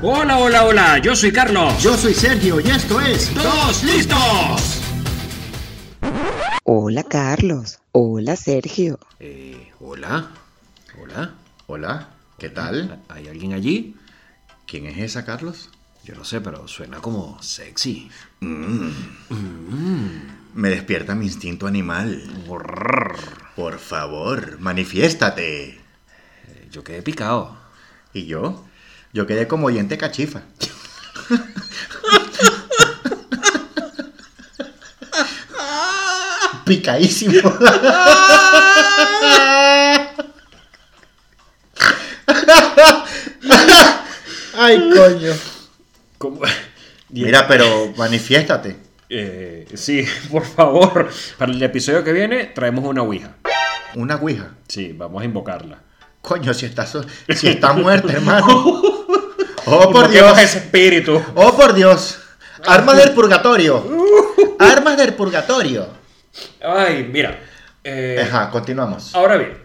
Hola, hola, hola, yo soy Carlos. Yo soy Sergio y esto es ¡Todos listos! Hola Carlos, hola Sergio. Eh, hola, hola, Hola, ¿qué tal? ¿hay alguien allí? ¿Quién es esa, Carlos? Yo no sé, pero suena como sexy. Mm. Me despierta mi instinto animal. Por favor, manifiéstate. Eh, yo quedé picado. ¿Y yo? Yo quedé como oyente cachifa. Picadísimo. Ay, coño. ¿Cómo? Mira, pero manifiéstate. Eh, sí, por favor. Para el episodio que viene traemos una Ouija. Una ouija. Sí, vamos a invocarla. Coño, si está, so- si está muerta, hermano. Oh, por Invoquemos Dios. ese espíritu. Oh, por Dios. Armas del purgatorio. Armas del purgatorio. Ay, mira. eh, Ajá, continuamos. ahora bien,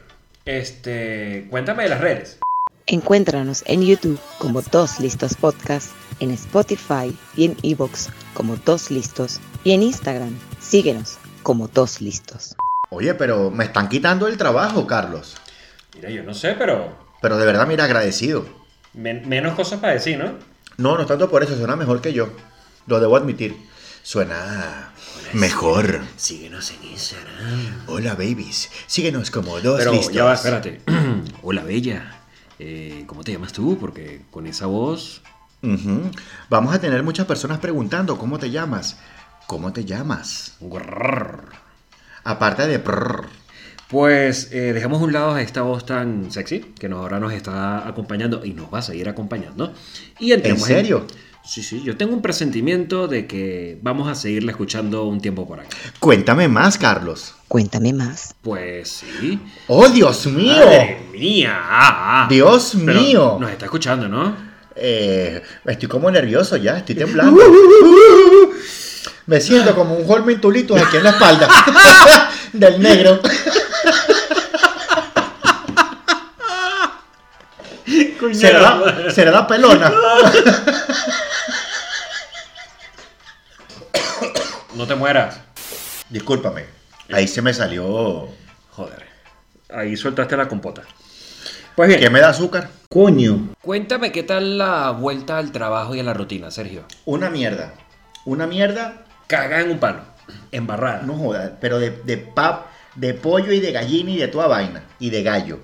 este, cuéntame de las redes. Encuéntranos en YouTube como Dos Listos Podcast, en Spotify y en Evox como Dos Listos y en Instagram. Síguenos como Dos Listos. Oye, pero me están quitando el trabajo, Carlos. Mira, yo no sé, pero Pero de verdad, mira, agradecido. men- menos cosas para decir, ¿no? No, no tanto por eso, suena mejor que yo. Lo debo admitir. Suena mejor. Síguenos en Instagram. Hola, babies. Síguenos como dos Pero listos. ya va, espérate. Hola, bella. Eh, ¿Cómo te llamas tú? Porque con esa voz... Ujú. Vamos a tener muchas personas preguntando cómo te llamas. ¿Cómo te llamas? Grrr. Aparte de prrr. Pues eh, dejamos a un lado a esta voz tan sexy que nos- ahora nos está acompañando y nos va a seguir acompañando. Y ¿En entremos serio? Sí, sí, yo tengo un presentimiento de que vamos a seguirla escuchando un tiempo por aquí. Cuéntame más, Carlos. Cuéntame más. Pues sí. ¡Oh, Dios mío! ¡Madre mía! Ah, ah. ¡Dios Pero mío! Nos está escuchando, ¿no? Eh, estoy como nervioso ya, estoy temblando. Me siento como un Holmen Tulitus aquí en la espalda del negro. ¿Será la, será la pelona? No te mueras. Discúlpame, ahí se me salió. Joder. Ahí soltaste la compota. Pues bien, ¿Qué me da azúcar? Coño. Cuéntame qué tal la vuelta al trabajo y a la rutina, Sergio. Una mierda. Una mierda, cagada en un palo. Embarrada. no jodas, pero de, de pap, de pollo y de gallina y de toda vaina. Y de gallo.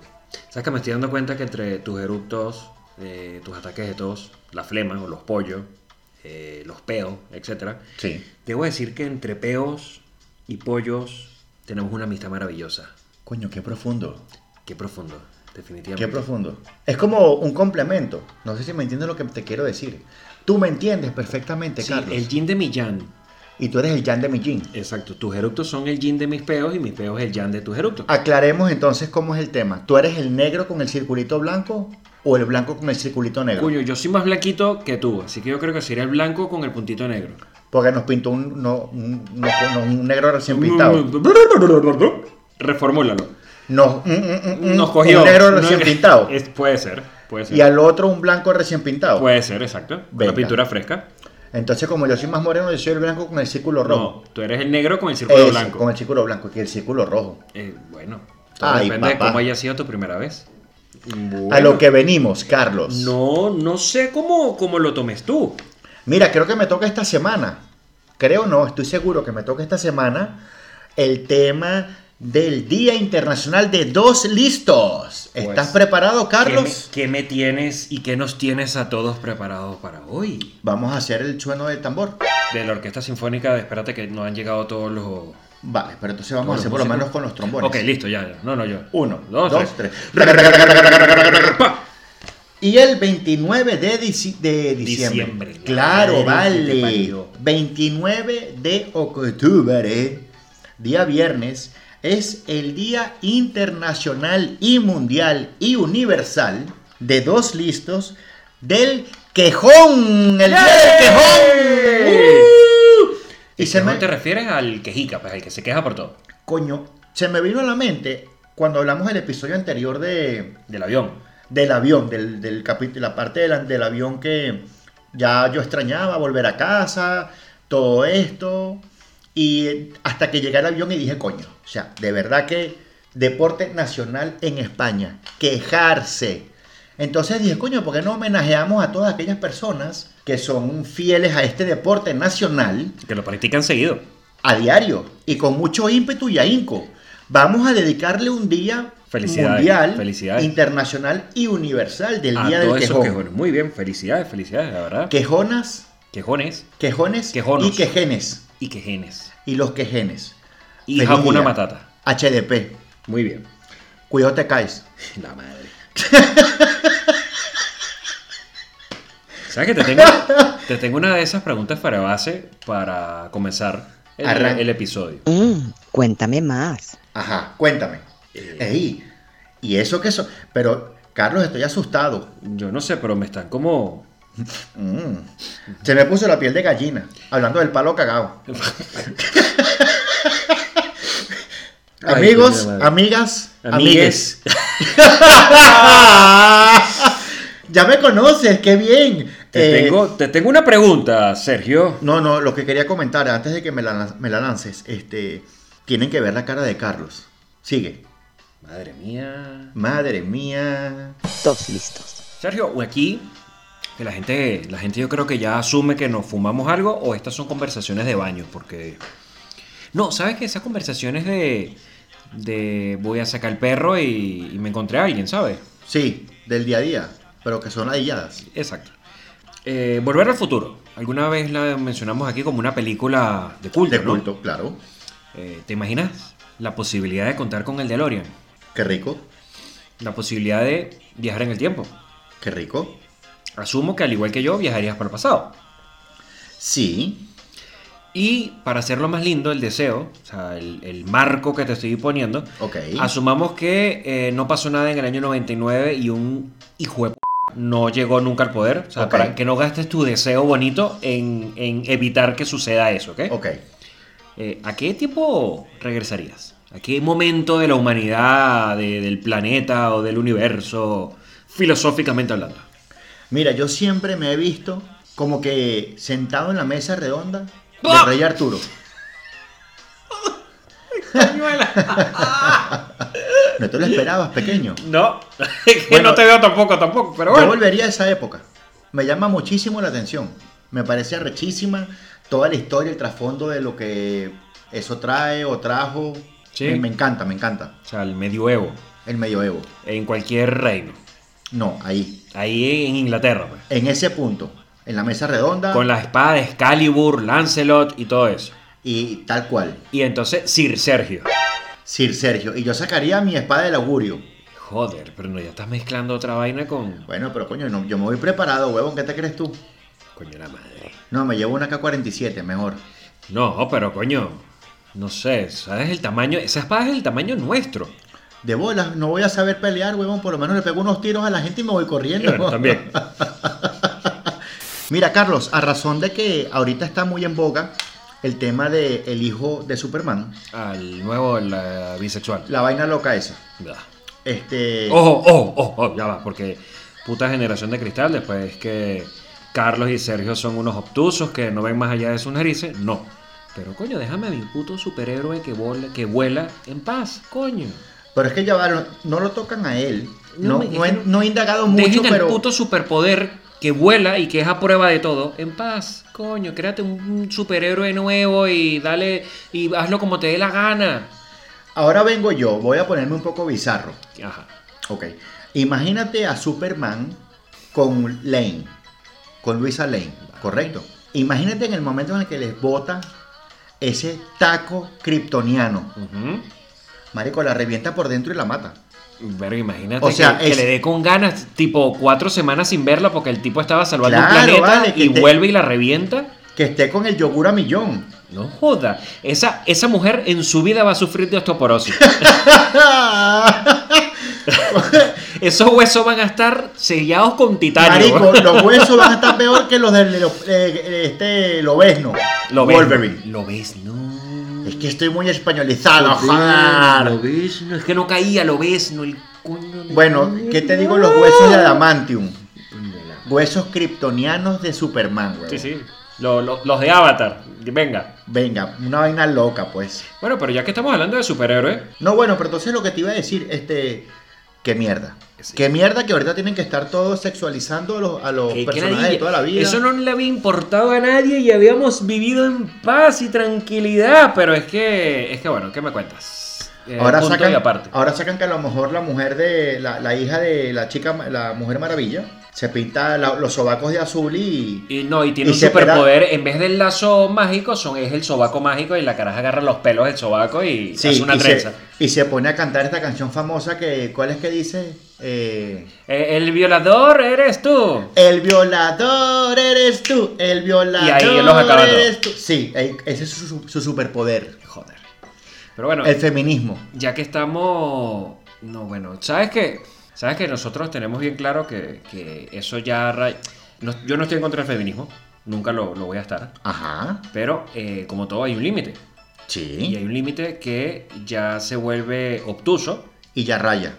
¿Sabes que me estoy dando cuenta que entre tus eructos, eh, tus ataques de tos, la flema o los pollos, eh, los peos, etcétera, Sí. debo decir que entre peos y pollos tenemos una amistad maravillosa. Coño, qué profundo. Qué profundo, definitivamente. Qué profundo. Es como un complemento. No sé si me entiendes lo que te quiero decir. Tú me entiendes perfectamente, Sí, Carlos. el yin de mi yang. Y tú eres el Jan de mi Jin. Exacto, tus eructos son el yin de mis peos y mis peos el yang de tus eructos. Ah, Aclaremos entonces cómo es el tema. ¿Tú eres el negro con el circulito blanco o el blanco con el circulito negro? Cuyo, yo soy más blanquito que tú, así que yo creo que sería el blanco con el puntito negro. Porque nos pintó un, no- un- no- no- un negro recién pintado. Reformúlalo. Nos, mm, mm, mm, mm, Nos cogió. Un negro No, recién pintado. es- puede ser, puede ser. Y al otro un blanco recién pintado. Puede ser, exacto. Venga. La pintura fresca. Entonces, como yo soy más moreno, yo soy el blanco con el círculo rojo. No, tú eres el negro con el círculo Eso, blanco. Con el círculo blanco, que el círculo rojo. Eh, bueno, todo Ay, depende de papá. cómo haya sido tu primera vez. A lo que venimos, Carlos. No, no sé cómo, cómo lo tomes tú. Mira, creo que me toca esta semana. Creo no, estoy seguro que me toca esta semana el tema del Día Internacional de Dos Listos. ¿Estás preparado, Carlos? Pues, ¿Qué me, qué me tienes y qué nos tienes a todos preparados para hoy? Vamos a hacer el sueno del tambor. De la Orquesta Sinfónica, de- espérate que no han llegado todos los... Vale, pero entonces vamos a hacer por lo músicos. menos con los trombones. pues Ok, listo, ya, ya. No, no, yo. Uno, dos, tres. ¡Pa! Y el 29 de, dici- de diciembre. Diciembre, Claro, la madre que te vale. parió. 29 de octubre, día viernes, es el Día Internacional y Mundial y Universal de dos listos del quejón. El día del quejón. Uh. ¿Y Y se no me- te refieres al quejica, pues al que se queja por todo? Coño, se me vino a la mente cuando hablamos del episodio anterior de Del avión. del avión, del, del capi- la parte del, del avión que ya yo extrañaba, volver a casa, todo esto. Y hasta que llegué al avión y dije, coño, o sea, de verdad que deporte nacional en España, quejarse. Entonces dije, coño, ¿por qué no homenajeamos a todas aquellas personas que son fieles a este deporte nacional? Que lo practican seguido. a diario y con mucho ímpetu y ahínco. Vamos a dedicarle un día Felicidades, mundial, felicidades. internacional y universal del a Día del todos esos Quejón. quejones. Muy bien, felicidades, felicidades, la verdad. Quejonas, Quejones quejones Quejonos. y quejenes. y quejenes. Y los quejenes. Y Feliz Hakuna día. Matata. HDP. Muy bien. Cuidado te caes. La madre. ¿Sabes que te tengo, te tengo una de esas preguntas para base para comenzar el, Arranca. el episodio? Mm, cuéntame más. Ajá, cuéntame. Ey, y eso que eso... Pero, Carlos, estoy asustado. Yo no sé, pero me están como... Mm. Se me puso la piel de gallina, hablando del palo cagado. Ay, Amigos, coño de madre. amigas, amigues. Amigues. ya me conoces, qué bien. Te, Eh, tengo, te tengo una pregunta, Sergio. No, no, lo que quería comentar antes de que me la, lan- me la lances, este, tienen que ver la cara de Carlos. Sigue. Madre mía. Madre mía. Dos listos. Sergio, aquí que la gente, la gente yo creo que ya asume que nos fumamos algo o estas son conversaciones de baño, porque no, sabes que esas conversaciones de de voy a sacar el perro y, y me encontré a alguien, ¿sabes? Sí, del día a día, pero que son adilladas. Exacto. Eh, Volver al futuro. Alguna vez la mencionamos aquí como una película de culto. De ¿no? culto, claro. Eh, ¿Te imaginas la posibilidad de contar con el DeLorean? Qué rico, La posibilidad de viajar en el tiempo. qué rico. Asumo que al igual que yo viajarías para el pasado. Sí, Y para hacerlo más lindo, el deseo, o sea, el, el marco que te estoy poniendo, ok. asumamos que eh, no pasó nada en el año 99 y un hijo de p- no llegó nunca al poder. O sea, Ok. para que no gastes tu deseo bonito en, en evitar que suceda eso, ¿ok? Ok. Eh, ¿A qué tiempo regresarías? ¿A qué momento de la humanidad, de- del planeta o del universo, filosóficamente hablando? Mira, yo siempre me he visto como que sentado en la mesa redonda ¡Ah! del rey Arturo. No te lo esperabas, pequeño. No, que Bueno, no te veo tampoco, tampoco, pero Yo bueno. volvería a esa época. Me llama muchísimo la atención. Me parece arrechísima toda la historia, el trasfondo de lo que eso trae o trajo. Sí. Me, me encanta, me encanta. O sea, el medioevo, El medioevo. en cualquier reino. No, ahí. Ahí en Inglaterra, pues. En ese punto. En la mesa redonda. Con la espada de Excalibur, Lancelot y todo eso. Y tal cual. Y entonces Sir Sergio. Sir Sergio. Y yo sacaría mi espada del augurio. Joder, pero no, ya estás mezclando otra vaina con... Bueno, pero coño, no, yo me voy preparado, huevón. ¿Qué te crees tú? Coño, la madre. No, me llevo una K-47, mejor. No, pero coño, no sé, ¿sabes el tamaño? Esa espada es el tamaño nuestro. De bolas, no voy a saber pelear, huevón. Por lo menos le pego unos tiros a la gente y me voy Y corriendo. bueno, también. Mira, Carlos, a razón de que ahorita está muy en boga el tema de el hijo de Superman, Al nuevo, la bisexual. la vaina loca esa. Bah. Este. Ojo, ojo, ojo, ojo, ya va, porque puta generación de cristal, después es que Carlos y Sergio son unos obtusos que no ven más allá de sus narices, no. Pero coño, déjame a mi puto superhéroe que, vola- que vuela en paz, coño. Pero es que ya va, no- no lo tocan a él. No, No, me- no he, no he indagado mucho, Dejen el pero. puto superpoder que vuela y que es a prueba de todo en paz, coño. Créate un, un superhéroe nuevo y dale y hazlo como te dé la gana. Ahora vengo yo, voy a ponerme un poco bizarro. Ajá. Ok. Imagínate a Superman con Lane, con Luisa Lane, ¿correcto? Imagínate en el momento en el que les bota ese taco kryptoniano. Ujú. Marico, la revienta por dentro y la mata. Verga, imagínate O sea, que, que es- le dé con ganas, tipo cuatro semanas sin verla porque el tipo estaba salvando un Claro, planeta vale, que y te- vuelve y la revienta. Que esté con el yogur a millón. No joda. Esa, esa mujer en su vida va a sufrir de osteoporosis. Esos huesos van a estar sellados con titanio. ¿eh? Marico, los huesos van a estar peor que los del lo- eh, este lobesno. Lo ves, Wolverine. Lo ves, no. Es que estoy muy españolizado, Lo ves, joder. lo ves, no. Es que no caía, lo ves, no. El coño Bueno, ¿qué te digo los huesos de Adamantium? Huesos kryptonianos de Superman, güey. Sí, sí. Lo- lo- los de Avatar. Venga. Venga, una vaina loca, pues. Bueno, pero ya que estamos hablando de superhéroes, No, bueno, pero entonces lo que te iba a decir, este. Qué mierda. Sí. Qué mierda que ahorita tienen que estar todos sexualizando a los, a los que- que personajes nadie- de toda la vida. Eso no le había importado a nadie y habíamos vivido en paz y tranquilidad. Pero es que, es que bueno, ¿qué me cuentas? Eh, ahora, punto sacan, y aparte. ahora sacan que a lo mejor la mujer de. La, la hija de la chica, la Mujer Maravilla, se pinta la- los sobacos de azul y. Y no, y tiene Y un se espera- superpoder. En vez del lazo mágico, son, es el sobaco mágico y la caraja agarra los pelos del sobaco y Sí, hace una y, trenza. se, y se pone a cantar esta canción famosa que. ¿Cuál es que dice? Eh, Eh, el violador eres tú. el violador eres tú, el violador los acaba todos. eres tú. Sí, eh, ese es su- su- su superpoder. Joder. Pero bueno, El feminismo. ya que estamos. No, bueno, ¿sabes qué? ¿Sabes que nosotros tenemos bien claro que, que eso ya. ra- no- yo no estoy en contra del feminismo, nunca lo, lo voy a estar. Ajá, Pero, eh, como todo, hay un límite. Y hay sí. un límite que ya se vuelve obtuso Y ya raya.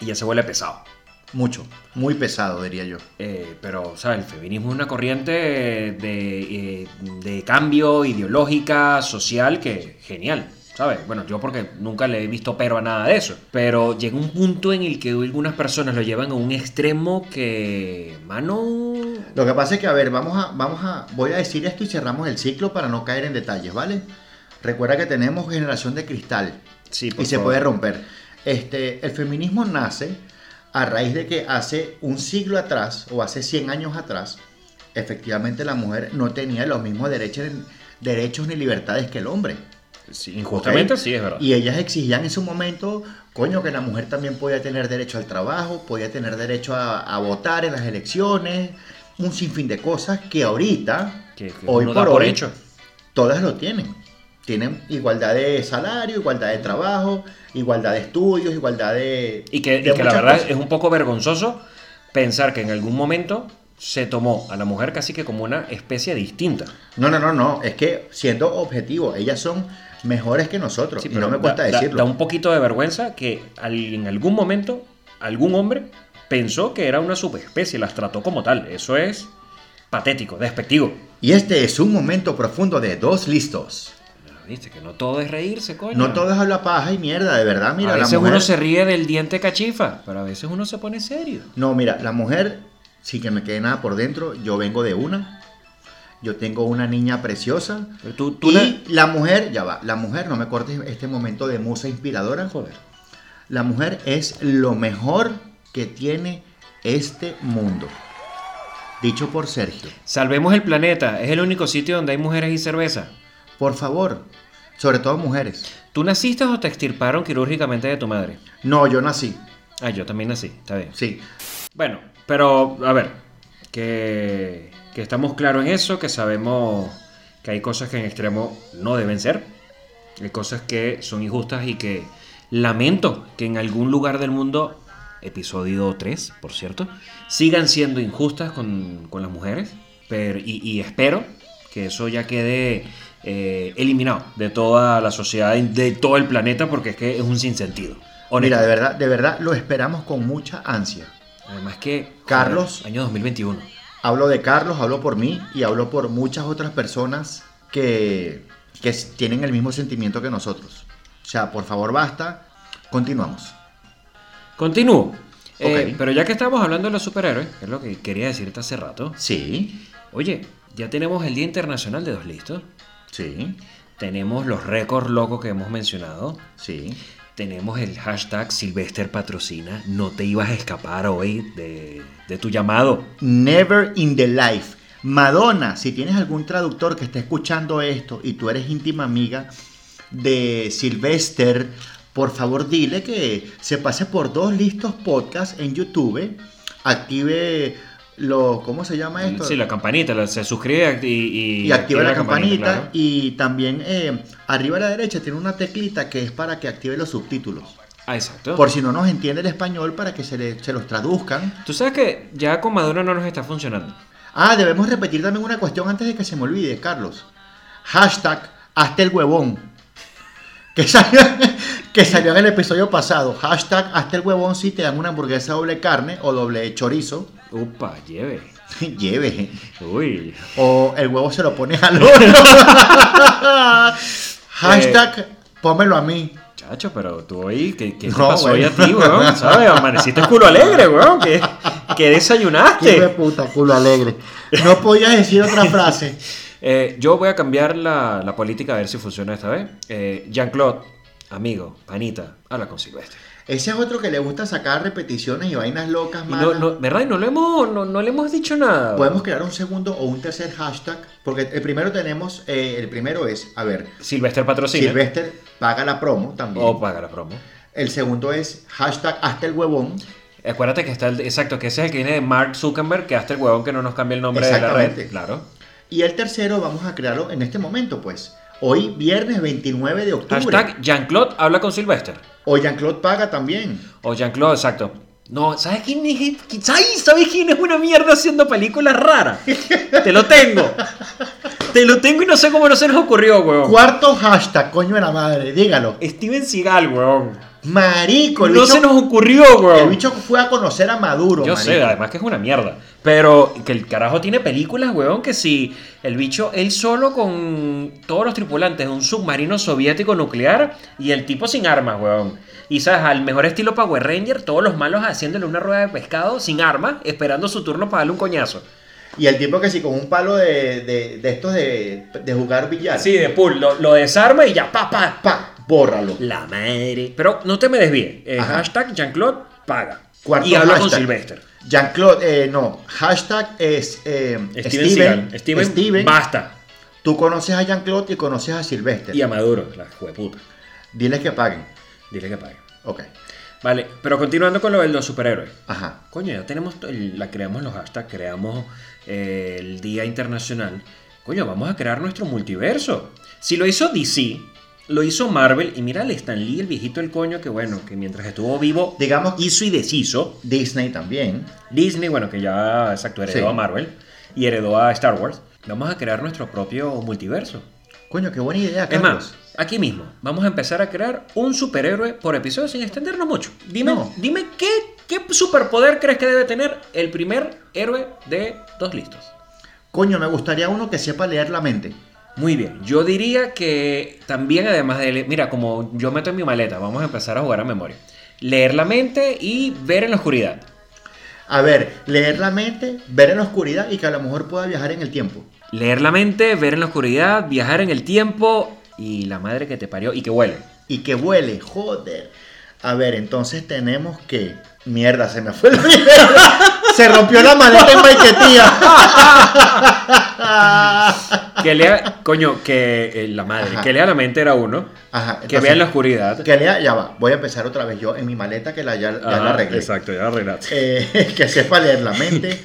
y ya se vuelve pesado. Mucho. Muy pesado, diría yo. Eh, pero, ¿sabes? El feminismo es una corriente de, eh, de cambio ideológica, social, que genial, ¿sabes? Bueno, yo porque nunca le he visto pero a nada de eso. Pero llega un punto en el que algunas personas lo llevan a un extremo que, mano... Lo que pasa es que, a ver, vamos a, vamos a, voy a decir esto y cerramos el ciclo para no caer en detalles, ¿vale? Recuerda que tenemos generación de cristal Sí, por y se favor. puede romper. Este, el feminismo nace a raíz de que hace un siglo atrás o hace 100 años atrás, efectivamente la mujer no tenía los mismos derechos, derechos ni libertades que el hombre. Sí, injustamente, ¿ok? sí, es verdad. Y ellas exigían en su momento, coño, que la mujer también podía tener derecho al trabajo, podía tener derecho a, a votar en las elecciones, un sinfín de cosas que ahorita, Que- que hoy uno por, da por hoy, hecho. todas lo tienen. Tienen igualdad de salario, igualdad de trabajo, igualdad de estudios, igualdad de... Y que, y de que la muchas verdad cosas. es un poco vergonzoso pensar que en algún momento se tomó a la mujer casi que como una especie distinta. No, no, no, no, es que siendo objetivo, ellas son mejores que nosotros. Sí, y no me da- cuesta da, decirlo. da un poquito de vergüenza que al- en algún momento algún hombre pensó que era una subespecie, las trató como tal. Eso es patético, despectivo. Y este es un momento profundo de dos listos. Viste que no todo es reírse, coño. No todo es habla paja y mierda, de verdad, mira, a la veces mujer... uno se ríe del diente cachifa, pero a veces uno se pone serio. No, mira, la mujer, sí que me quede nada por dentro, yo vengo de una, yo tengo una niña preciosa, Pero tú, tú y le- la mujer, ya va, la mujer, no me cortes este momento de musa inspiradora, Joder. la mujer es lo mejor que tiene este mundo. Dicho por Sergio. Salvemos el planeta, es el único sitio donde hay mujeres y cerveza. Por favor, sobre todo mujeres. ¿Tú naciste o te extirparon quirúrgicamente de tu madre? No, yo nací, Ah, yo también nací, está bien. sí. Bueno, pero a ver, que, que estamos claros en eso, que sabemos que hay cosas que en extremo no deben ser, hay cosas que son injustas y que lamento que en algún lugar del mundo, episodio 3, por cierto, sigan siendo injustas con, con las mujeres, pero, y, y espero que eso ya quede eh, eliminado de toda la sociedad, y de todo el planeta, porque es que es un sinsentido. Mira, de honestamente. verdad, de verdad lo esperamos con mucha ansia. Además que... Carlos. joder, año 2021. Hablo de Carlos, hablo por mí y hablo por muchas otras personas que, que s- tienen el mismo sentimiento que nosotros. O sea, por favor, basta. Continuamos. Continúo. Eh, Ok. pero ya que estamos hablando de los superhéroes, que es lo que quería decirte hace rato. Sí, Oye, ya tenemos el Día Internacional de Dos Listos. sí, Tenemos los récords locos que hemos mencionado. sí. Tenemos el hashtag Silvester Patrocina. No te ibas a escapar hoy de, de tu llamado. Never in the life. Madonna, si tienes algún traductor que esté escuchando esto y tú eres íntima amiga de Sylvester, por favor dile que se pase por dos listos podcasts en YouTube, active los, ¿cómo se llama esto? Sí, la campanita, la- se suscribe y, y- y activa la, campanita, claro. y también eh, arriba a la derecha tiene una teclita que es para que active los subtítulos. Ah, exacto. Por si no nos entiende el español, para que se, le- se los traduzcan. Tú sabes que ya con Maduro no nos está funcionando. Ah, debemos repetir también una cuestión antes de que se me olvide, Carlos. Hashtag, hazte el huevón. Que esa, que salió en el episodio pasado. Hashtag hasta el huevón si te dan una hamburguesa doble carne o doble chorizo. Upa, lleve. Lleve. Uy. O el huevo se lo pones al horno. Hashtag pómelo a mí. Chacho, pero tú hoy, ¿qué, qué te No, pasó hoy bueno. a ti, weón? ¿Sabes? Amaneciste culo alegre, weón. ¿Qué, qué Hijo de desayunaste? puta, culo alegre. No podías decir otra frase. Eh, yo voy a cambiar la, la política a ver si funciona esta vez. Eh, Jean-Claude, amigo, panita, habla con Silvestre. Ese es otro que le gusta sacar repeticiones y vainas locas, Y no, malas. no, ¿Verdad? Y no le hemos, no, no le hemos dicho nada. Podemos crear un segundo o un tercer hashtag, porque el primero tenemos, eh, el primero es, a ver, Silvestre patrocina. Silvester paga la promo también. O paga la promo. El segundo es hashtag hasta el huevón. Acuérdate que está el. Exacto, que ese es el que viene de Mark Zuckerberg, que hasta el huevón que no nos cambia el nombre de la Exactamente. red. Claro. Y el tercero vamos a crearlo en este momento, pues. Hoy, viernes 29 de octubre. Hashtag Jean-Claude habla con Silvestre. O Jean-Claude paga también. O Jean-Claude, exacto. No, ¿sabes quién es? este? quién- ¡Ay! ¿Sabes quién es una mierda haciendo películas raras? Te lo tengo. Te lo tengo y no sé cómo no se nos ocurrió, huevón. Cuarto hashtag, coño de la madre, dígalo. Steven Seagal, huevón. Marico, el Eh, No bicho- se nos ocurrió, el huevón. bicho fue a conocer a Maduro. Yo marico. sé, además que es una mierda. Pero que el carajo tiene películas, weón, que si el bicho, él solo con todos los tripulantes de un submarino soviético nuclear y el tipo sin armas, weón. Y sabes, al mejor estilo Power Ranger, todos los malos haciéndole una rueda de pescado sin armas, esperando su turno para darle un coñazo. Y el tipo que sí, con un palo de, de- de estos de, de jugar billar. Así de pool, lo, lo desarma y ya, pa, pa, pa. Pa, bórralo. La madre. Pero no te me desvíes. Eh, Ajá. hashtag Jean-Claude paga. Cuarto y habla con hashtag. Sylvester. Jean-Claude, eh, no. Hashtag es eh, Steven, Seagal. Steven, Steven, basta. tú conoces a Jean-Claude y conoces a Sylvester. Y a Maduro, la jueputa. Diles que paguen. Dile que pague. Ok. Vale, pero continuando con lo de los superhéroes. Ajá. Coño, ya tenemos, to- el- la creamos los hashtags, creamos eh, el Día Internacional. Coño, vamos a crear nuestro multiverso. Si lo hizo DC, lo hizo Marvel, y mira al Stan Lee, el viejito del coño, que bueno, que mientras estuvo vivo, Digamos que hizo y deshizo. Disney también. Disney, bueno, que ya exacto, heredó Sí. a Marvel y heredó a Star Wars. Vamos a crear nuestro propio multiverso. Coño, qué buena idea, Es Carlos. más, aquí mismo, vamos a empezar a crear un superhéroe por episodio sin extendernos mucho. Dime, No. dime qué, qué superpoder crees que debe tener el primer héroe de Dos Listos. Coño, me gustaría uno que sepa leer la mente. Muy bien, yo diría que también además de... le- Mira, como yo meto en mi maleta, vamos a empezar a jugar a memoria. Leer la mente y ver en la oscuridad. A ver, leer la mente, ver en la oscuridad y que a lo mejor pueda viajar en el tiempo. Leer la mente, ver en la oscuridad, viajar en el tiempo y la madre que te parió y que huele. Y que vuele, joder. A ver, entonces tenemos que... Mierda, se me fue el Se rompió la maleta en Baiquetía. Que lea, coño, que eh, la madre, Ajá. que lea la mente era uno. Ajá, que entonces, vea en la oscuridad. Que lea, ya va. Voy a empezar otra vez yo en mi maleta que la, ya, ya Ajá, la arreglé. Ah, Exacto, ya la arreglaste. Eh, que sepa leer la mente,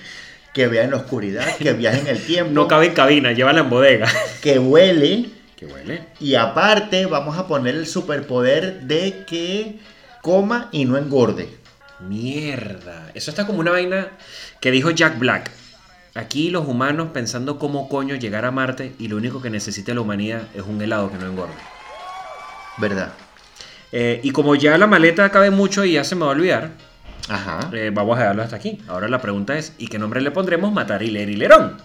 que vea en la oscuridad, que viaje en el tiempo, No cabe en cabina, llévala en bodega. que huele. Que huele. Y aparte vamos a poner el superpoder de que coma y no engorde. Mierda. Eso está como una vaina que dijo Jack Black. Aquí los humanos pensando cómo coño llegar a Marte y lo único que necesita la humanidad es un helado que no engorde. ¿Verdad? Eh, y como ya la maleta cabe mucho y ya se me va a olvidar, Ajá. eh, vamos a dejarlo hasta aquí. Ahora la pregunta es, ¿y qué nombre le pondremos Matar y Leer y Lerón?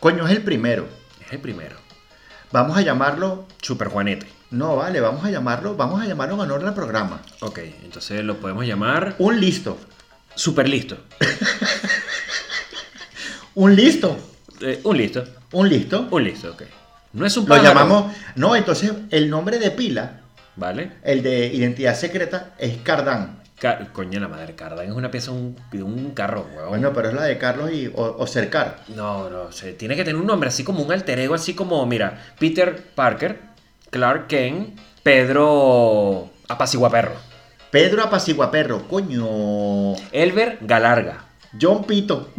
Coño, es el primero. Es el primero. Vamos a llamarlo... Super Juanete. No, vale, vamos a llamarlo, vamos a llamarlo en honor al programa. Ok, entonces lo podemos llamar Un listo. Super Listo. Un listo. Eh, un listo. Un listo. Un listo, ok. No es un Lo pájaro. llamamos... No, entonces el nombre de pila, Vale. el de identidad secreta, es Cardán. Ca- Coño, la madre, Cardan es una pieza de un, de un carro, weón. Bueno, pero es la de Carlos y... o, o Cercar. No, no, se tiene que tener un nombre así como un alter ego, así como, mira, Peter Parker, Clark Kent, Pedro Apaciguaperro, Pedro Apaciguaperro, coño. Elber Galarga, John Pito.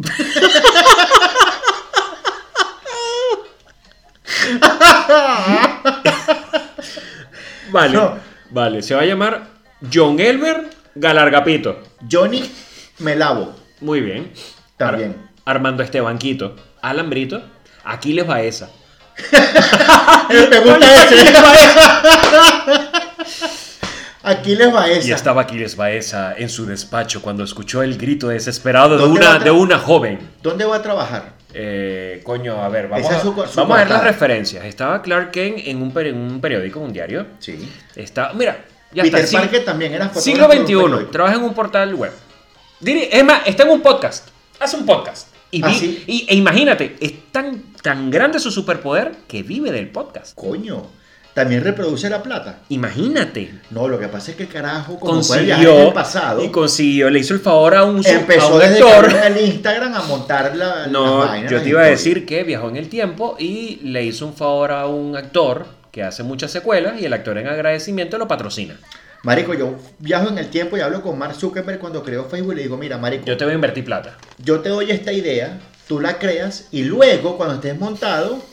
Vale. No. Vale, se va a llamar John Elber Galargapito. Johnny me lavo. Muy bien. También. Ar- Armando Estebanquito. Alan Brito. Aquiles Baeza. ¿Te gusta Coño, ese? Aquiles Baeza. Aquí les va esa. Y estaba Aquiles Baeza en su despacho cuando escuchó el grito desesperado de ¿Dónde va una, a tra- de una joven. ¿Dónde va a trabajar? Eh, coño, a ver, vamos, a, Esa es su- su vamos a ver las portada. referencias. Estaba Clark Kent en un, peri- en un periódico, un diario. Sí. Está, mira, ya Peter está. sig- Parker también era siglo fotógrafo de un XXI, periódico. trabaja en un portal web. Diri- es más, está en un podcast. Hace un podcast. Y, Ah, vi- sí. y- e imagínate, es tan, tan grande su superpoder que vive del podcast. Coño, también reproduce la plata. Imagínate. No, lo que pasa es que el carajo, como puede viajar en consiguió el pasado, y consiguió, le hizo el favor a un, su- a empezó un desde actor. que abrió el Instagram a montar la, las No, vainas, yo las te iba a historias. decir que viajó en el tiempo y le hizo un favor a un actor que hace muchas secuelas y el actor en agradecimiento lo patrocina. Marico, yo viajo en el tiempo y hablo con Mark Zuckerberg cuando creó Facebook y le digo, mira, Marico, Yo te voy a invertir plata. yo te doy esta idea, tú la creas y luego cuando estés montado,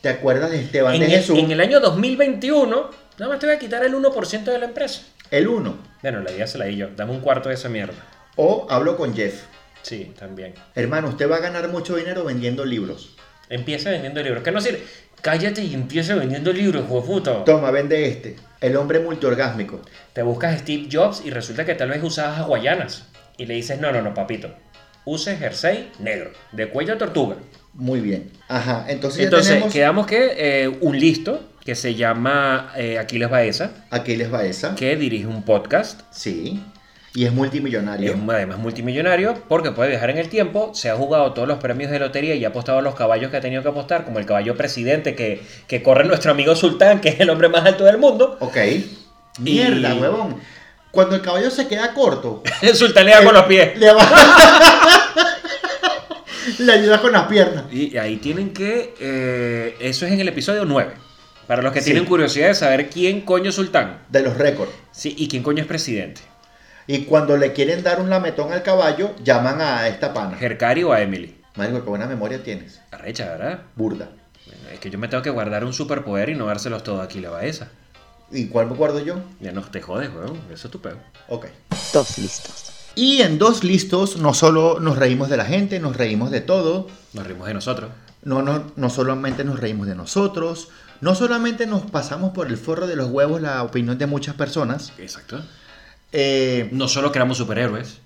te acuerdas de Esteban En de el, Jesús, en el año 2021, nada más te voy a quitar el 1% de la empresa. el 1. Bueno, la idea se la di yo. Dame un cuarto de esa mierda. O hablo con Jeff. Sí, también. Hermano, usted va a ganar mucho dinero vendiendo libros. Empieza vendiendo libros. ¿Qué no sirve? Cállate y empieza vendiendo libros, jueputo. Toma, vende este. El hombre multiorgásmico. Te buscas Steve Jobs y resulta que tal vez usabas hawaianas. Y le dices, no, no, no, papito. Use jersey negro, de cuello de tortuga. Muy bien. Ajá, entonces, Entonces, ya tenemos... quedamos que eh, un listo que se llama eh, Aquiles Baeza, Aquí les va esa. que dirige un podcast, Sí. Y es multimillonario. es un- además multimillonario, porque puede viajar en el tiempo, se ha jugado todos los premios de lotería y ha apostado a los caballos que ha tenido que apostar, como el caballo presidente que, que corre nuestro amigo Sultán, que es el hombre más alto del mundo. Ok. Mierda, Y- huevón. Cuando el caballo se queda corto, El Sultán le da con los pies. le va. le ayuda con las piernas. Y ahí tienen que... eh, eso es en el episodio 9. Para los que Sí. tienen curiosidad de saber quién coño es Sultán De los récords. sí, y quién coño es presidente. Y cuando le quieren dar un lametón al caballo, llaman a esta pana. Gercari o a Emily. Marico, qué buena memoria tienes. Arrecha, ¿verdad? Burda. Bueno, Es que yo me tengo que guardar un superpoder y no dárselos todos aquí la baeza. ¿Y cuál me guardo yo? Ya no te jodes, weón. Eso es tu peo. Ok. Dos listos. Y en dos listos, no solo nos reímos de la gente, nos reímos de todo. Nos rimos de nosotros. No, no, no solamente nos reímos de nosotros, no solamente nos pasamos por el forro de los huevos la opinión de muchas personas, Exacto. eh, No solo creamos superhéroes,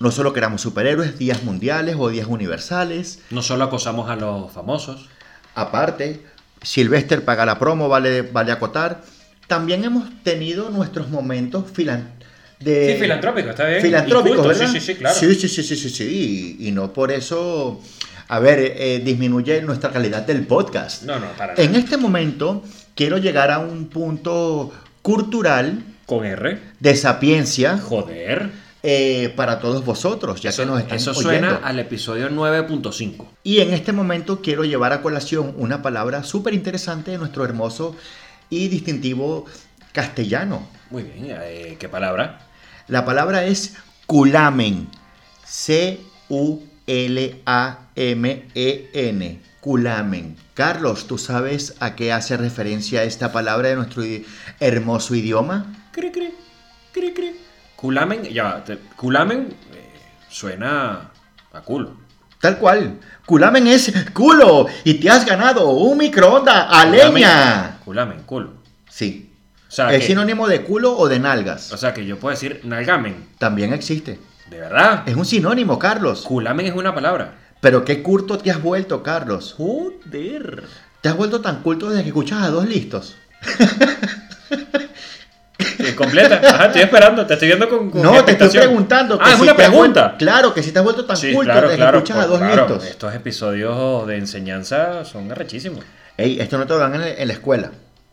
no solo creamos superhéroes, días mundiales o días universales. no solo acosamos a los famosos. Aparte, Sylvester paga la promo, vale, vale acotar. También hemos tenido nuestros momentos filan- de, Sí, filantrópico, está bien. filantrópicos, Y culto, Eh, ¿verdad? sí, sí, sí, claro. Sí, sí, sí, sí, sí, sí, Y, y no por eso, a ver, eh, disminuye nuestra calidad del podcast. No, no, para En nada. este momento quiero llegar a un punto cultural Con R. de sapiencia Joder. eh, para todos vosotros, ya eso que nos están eso oyendo. suena al episodio 9.5. Y en este momento quiero llevar a colación una palabra súper interesante de nuestro hermoso y distintivo castellano. Muy bien, eh, qué palabra. La palabra es culamen. C-U-L-A-M-E-N. E Culamen. Carlos, ¿tú sabes a qué hace referencia esta palabra de nuestro i- hermoso idioma? Cri, cri, cri, cri. Culamen, ya, va, te- culamen eh, suena a culo. Tal cual. Culamen es culo y te has ganado un microondas a leña. Culamen, culo. Sí. O sea, Es que- sinónimo de culo o de O nalgas. sea que yo puedo decir nalgamen. También existe. ¿De verdad? Es un sinónimo, Carlos. Culamen es una palabra. Pero qué culto te has vuelto, Carlos. Joder. Te has vuelto tan culto desde que escuchas a dos listos. Eh, Completa. Ajá, estoy esperando. Te estoy viendo con. con No, te estoy expectación. preguntando. que Ah, es si una te has vuelto- pregunta. claro, que si te has vuelto tan Sí, culto claro, desde claro. que escuchas a pues, dos claro, listos. Estos episodios de enseñanza son arrechísimos. Ey, esto no te lo dan en, la- en la escuela.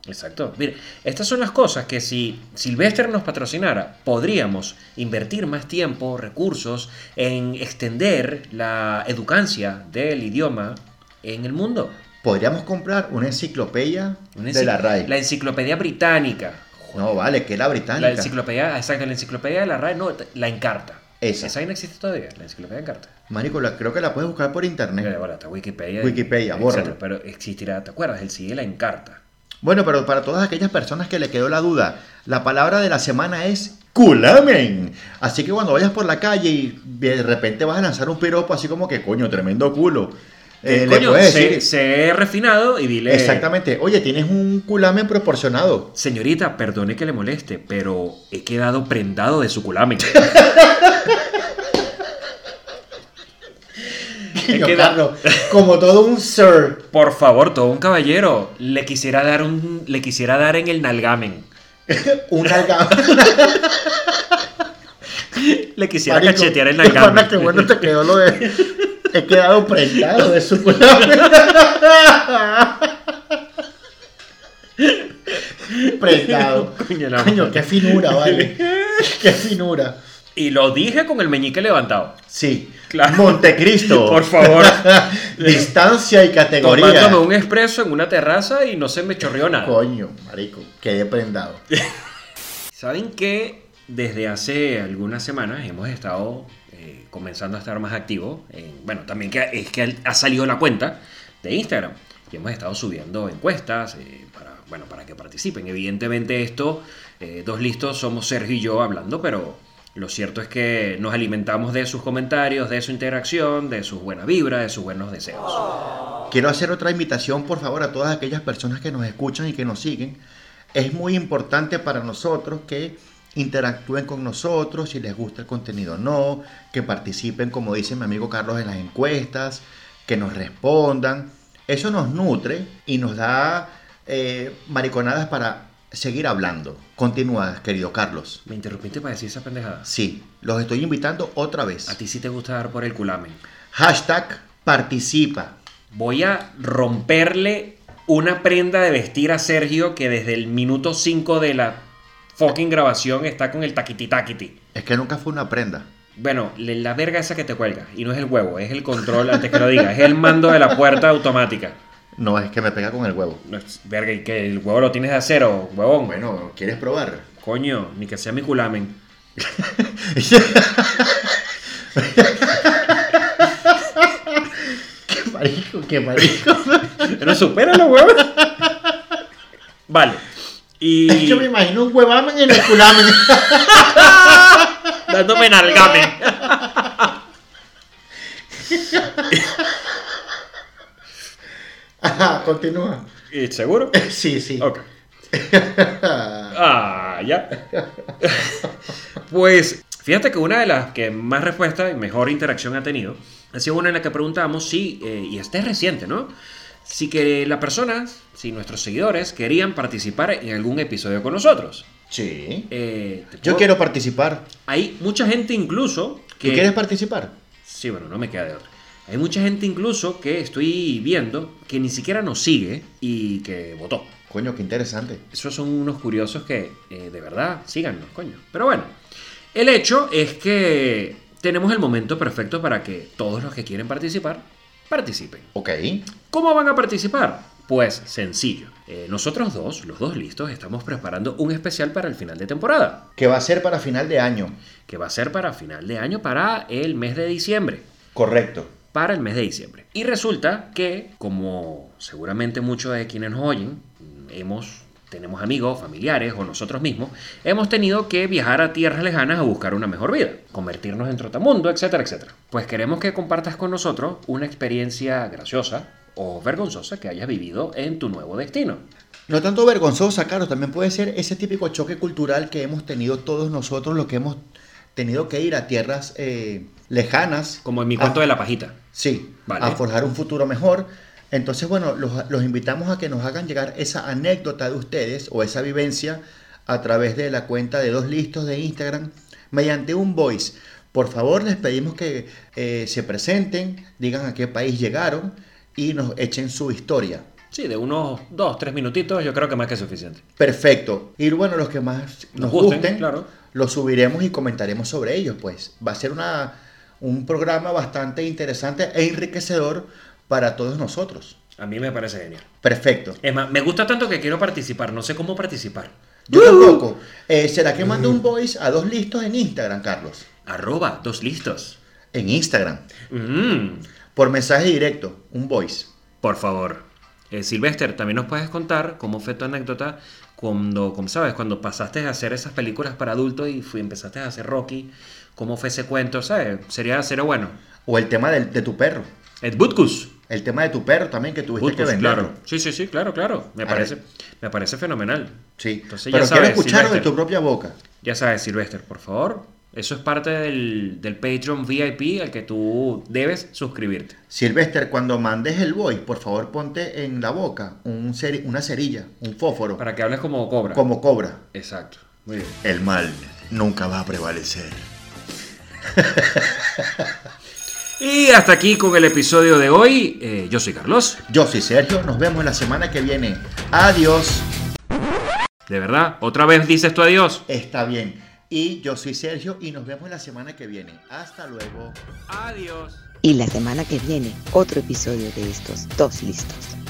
Exacto. Mire, estas son las cosas que si Silvestre nos patrocinara, podríamos invertir más tiempo, recursos en extender la educancia del idioma en el mundo. Podríamos comprar una enciclopedia Una de la encicl- RAI. La enciclopedia británica. No, vale, que la británica. La enciclopedia, exacto, la enciclopedia de la RAE, no, la encarta. Esa. Esa ahí no existe todavía, la enciclopedia encarta. Marico, la- creo que la puedes buscar por Mira, internet. bueno, está Wikipedia. Wikipedia, etcétera, bórralo. Pero existirá, ¿te acuerdas? El sí de la encarta. Bueno, pero para todas aquellas personas que le quedó la duda, la palabra de la semana es culamen. Así que cuando vayas por la calle y de repente vas a lanzar un piropo así como que, coño, tremendo culo. Eh, le Coño, puedes sé, decir. sé refinado y dile. Exactamente. Oye, tienes un culamen proporcionado. Señorita, perdone que le moleste, pero he quedado prendado de su culamen. Coño, queda- Carlos, como todo un sir. Por favor, todo un caballero, le quisiera dar un, le quisiera dar en el nalgamen. Un nalga. Le quisiera Marico, cachetear el pana, qué nalgamen. bueno te quedó lo de. He quedado prendado de su culamen. prendado. Coño, la Coño, madre. qué finura, vale. Qué finura. Y lo dije con el meñique levantado. Sí. Claro. Montecristo. Por favor. Distancia y categoría. Tomándome un expreso en una terraza y no se me chorreó nada. Coño, marico, quedé prendado. ¿Saben que Desde hace algunas semanas hemos estado eh, comenzando a estar más activos. en- bueno, también que es que ha salido la cuenta de Instagram. Y hemos estado subiendo encuestas eh, para, bueno, para que participen. Evidentemente esto, eh, dos listos somos Sergio y yo hablando, pero lo cierto es que nos alimentamos de sus comentarios, de su interacción, de sus buena vibra, de sus buenos deseos. Quiero hacer otra invitación, por favor, a todas aquellas personas que nos escuchan y que nos siguen. Es muy importante para nosotros que interactúen con nosotros, si les gusta el contenido o no, que participen, como dice mi amigo Carlos, en las encuestas, que nos respondan. Eso nos nutre y nos da eh, mariconadas para seguir hablando. Continúa, querido Carlos. ¿Me interrumpiste para decir esa pendejada? Sí, los estoy invitando otra vez. A ti sí te gusta dar por el culamen. Hashtag participa. Voy a romperle una prenda de vestir a Sergio que desde el minuto 5 de la fucking grabación está con el taquiti taquiti. Es que nunca fue una prenda. Bueno, le- la verga esa que te cuelga. Y no es el huevo, es el control antes que lo diga. Es el mando de la puerta automática. No, es que me pega con el huevo. No es- Verga, y que el huevo lo tienes de acero, huevón. Bueno, ¿quieres probar? Coño, ni que sea mi culamen. qué marico, qué marico. Pero supéralo, huevón. Vale. Y... Es que me imagino un huevamen en el culamen. Dándome nalgame. Ajá, Continúa. ¿Y ¿Seguro? Sí, sí. Ok. Ah, ya. pues fíjate que una de las que más respuesta y mejor interacción ha tenido ha sido una en la que preguntamos si, eh, y esta es reciente, ¿no? Si que la persona, si nuestros seguidores querían participar en algún episodio con nosotros. Sí. Eh, te Yo puedo- quiero participar. Hay mucha gente incluso ¿Tú que... quieres participar? Sí, bueno, no me queda de otra. Hay mucha gente incluso que estoy viendo que ni siquiera nos sigue y que votó. Coño, qué interesante. Esos son unos curiosos que, eh, de verdad, síganos, coño. Pero bueno, el hecho es que tenemos el momento perfecto para que todos los que quieren participar, participen. Ok. ¿Cómo van a participar? Pues sencillo. Eh, nosotros dos, los dos listos, estamos preparando un especial para el final de temporada, ¿Qué va a ser para final de año? que va a ser para final de año, para el mes de diciembre. Correcto. para el mes de diciembre. Y resulta que, como seguramente muchos de quienes nos oyen, hemos, tenemos amigos, familiares o nosotros mismos, hemos tenido que viajar a tierras lejanas a buscar una mejor vida, convertirnos en trotamundo, etcétera, etcétera. Pues queremos que compartas con nosotros una experiencia graciosa o vergonzosa que hayas vivido en tu nuevo destino. No tanto vergonzosa, claro, también puede ser ese típico choque cultural que hemos tenido todos nosotros, los que hemos tenido que ir a tierras eh, lejanas. Como en mi a- cuento de la pajita. Sí, Vale. a forjar un futuro mejor. Entonces, bueno, los, los invitamos a que nos hagan llegar esa anécdota de ustedes o esa vivencia a través de la cuenta de dos listos de Instagram mediante un voice. Por favor, les pedimos que eh, se presenten, digan a qué país llegaron y nos echen su historia. Sí, de unos dos, tres minutitos, yo creo que más que suficiente. Perfecto. Y bueno, los que más nos, Nos gusten, gusten, claro. los subiremos y comentaremos sobre ellos, pues. Va a ser una, un programa bastante interesante e enriquecedor para todos nosotros. A mí me parece genial. Perfecto. Es más, me gusta tanto que quiero participar, no sé cómo participar. Yo tampoco. Eh, ¿Será que mando un voice a dos listos en Instagram, Carlos? Arroba, dos listos. En Instagram. Mm, Por mensaje directo, un voice. por favor. Eh, Sylvester, también nos puedes contar cómo fue tu anécdota cuando, como sabes, cuando pasaste a hacer esas películas para adultos y fui- empezaste a hacer Rocky, cómo fue ese cuento, ¿sabes? Sería cero bueno. O el tema del- de, tu perro. Ed Butkus. El tema de tu perro también que tuviste Uy, que pues, vender. claro. Sí, sí, sí, claro, claro. Me Arre. parece, me parece fenomenal. Sí, Entonces, ya pero quiero sabes, escucharlo de Silvestre. tu propia boca. Ya sabes, Silvester, por favor. Eso es parte del, del Patreon VIP al que tú debes suscribirte. Silvester, cuando mandes el voice, por favor ponte en la boca un ceri- una cerilla, un fósforo, Para que hables como cobra. como cobra. Exacto. Muy bien. El mal nunca va a prevalecer. Y hasta aquí con el episodio de hoy. Eh, yo soy Carlos. Yo soy Sergio, nos vemos la semana que viene. Adiós. De verdad, otra vez dices tú adiós. Está bien. Y yo soy Sergio y nos vemos la semana que viene. Hasta luego. Adiós. Y la semana que viene, otro episodio de estos dos listos.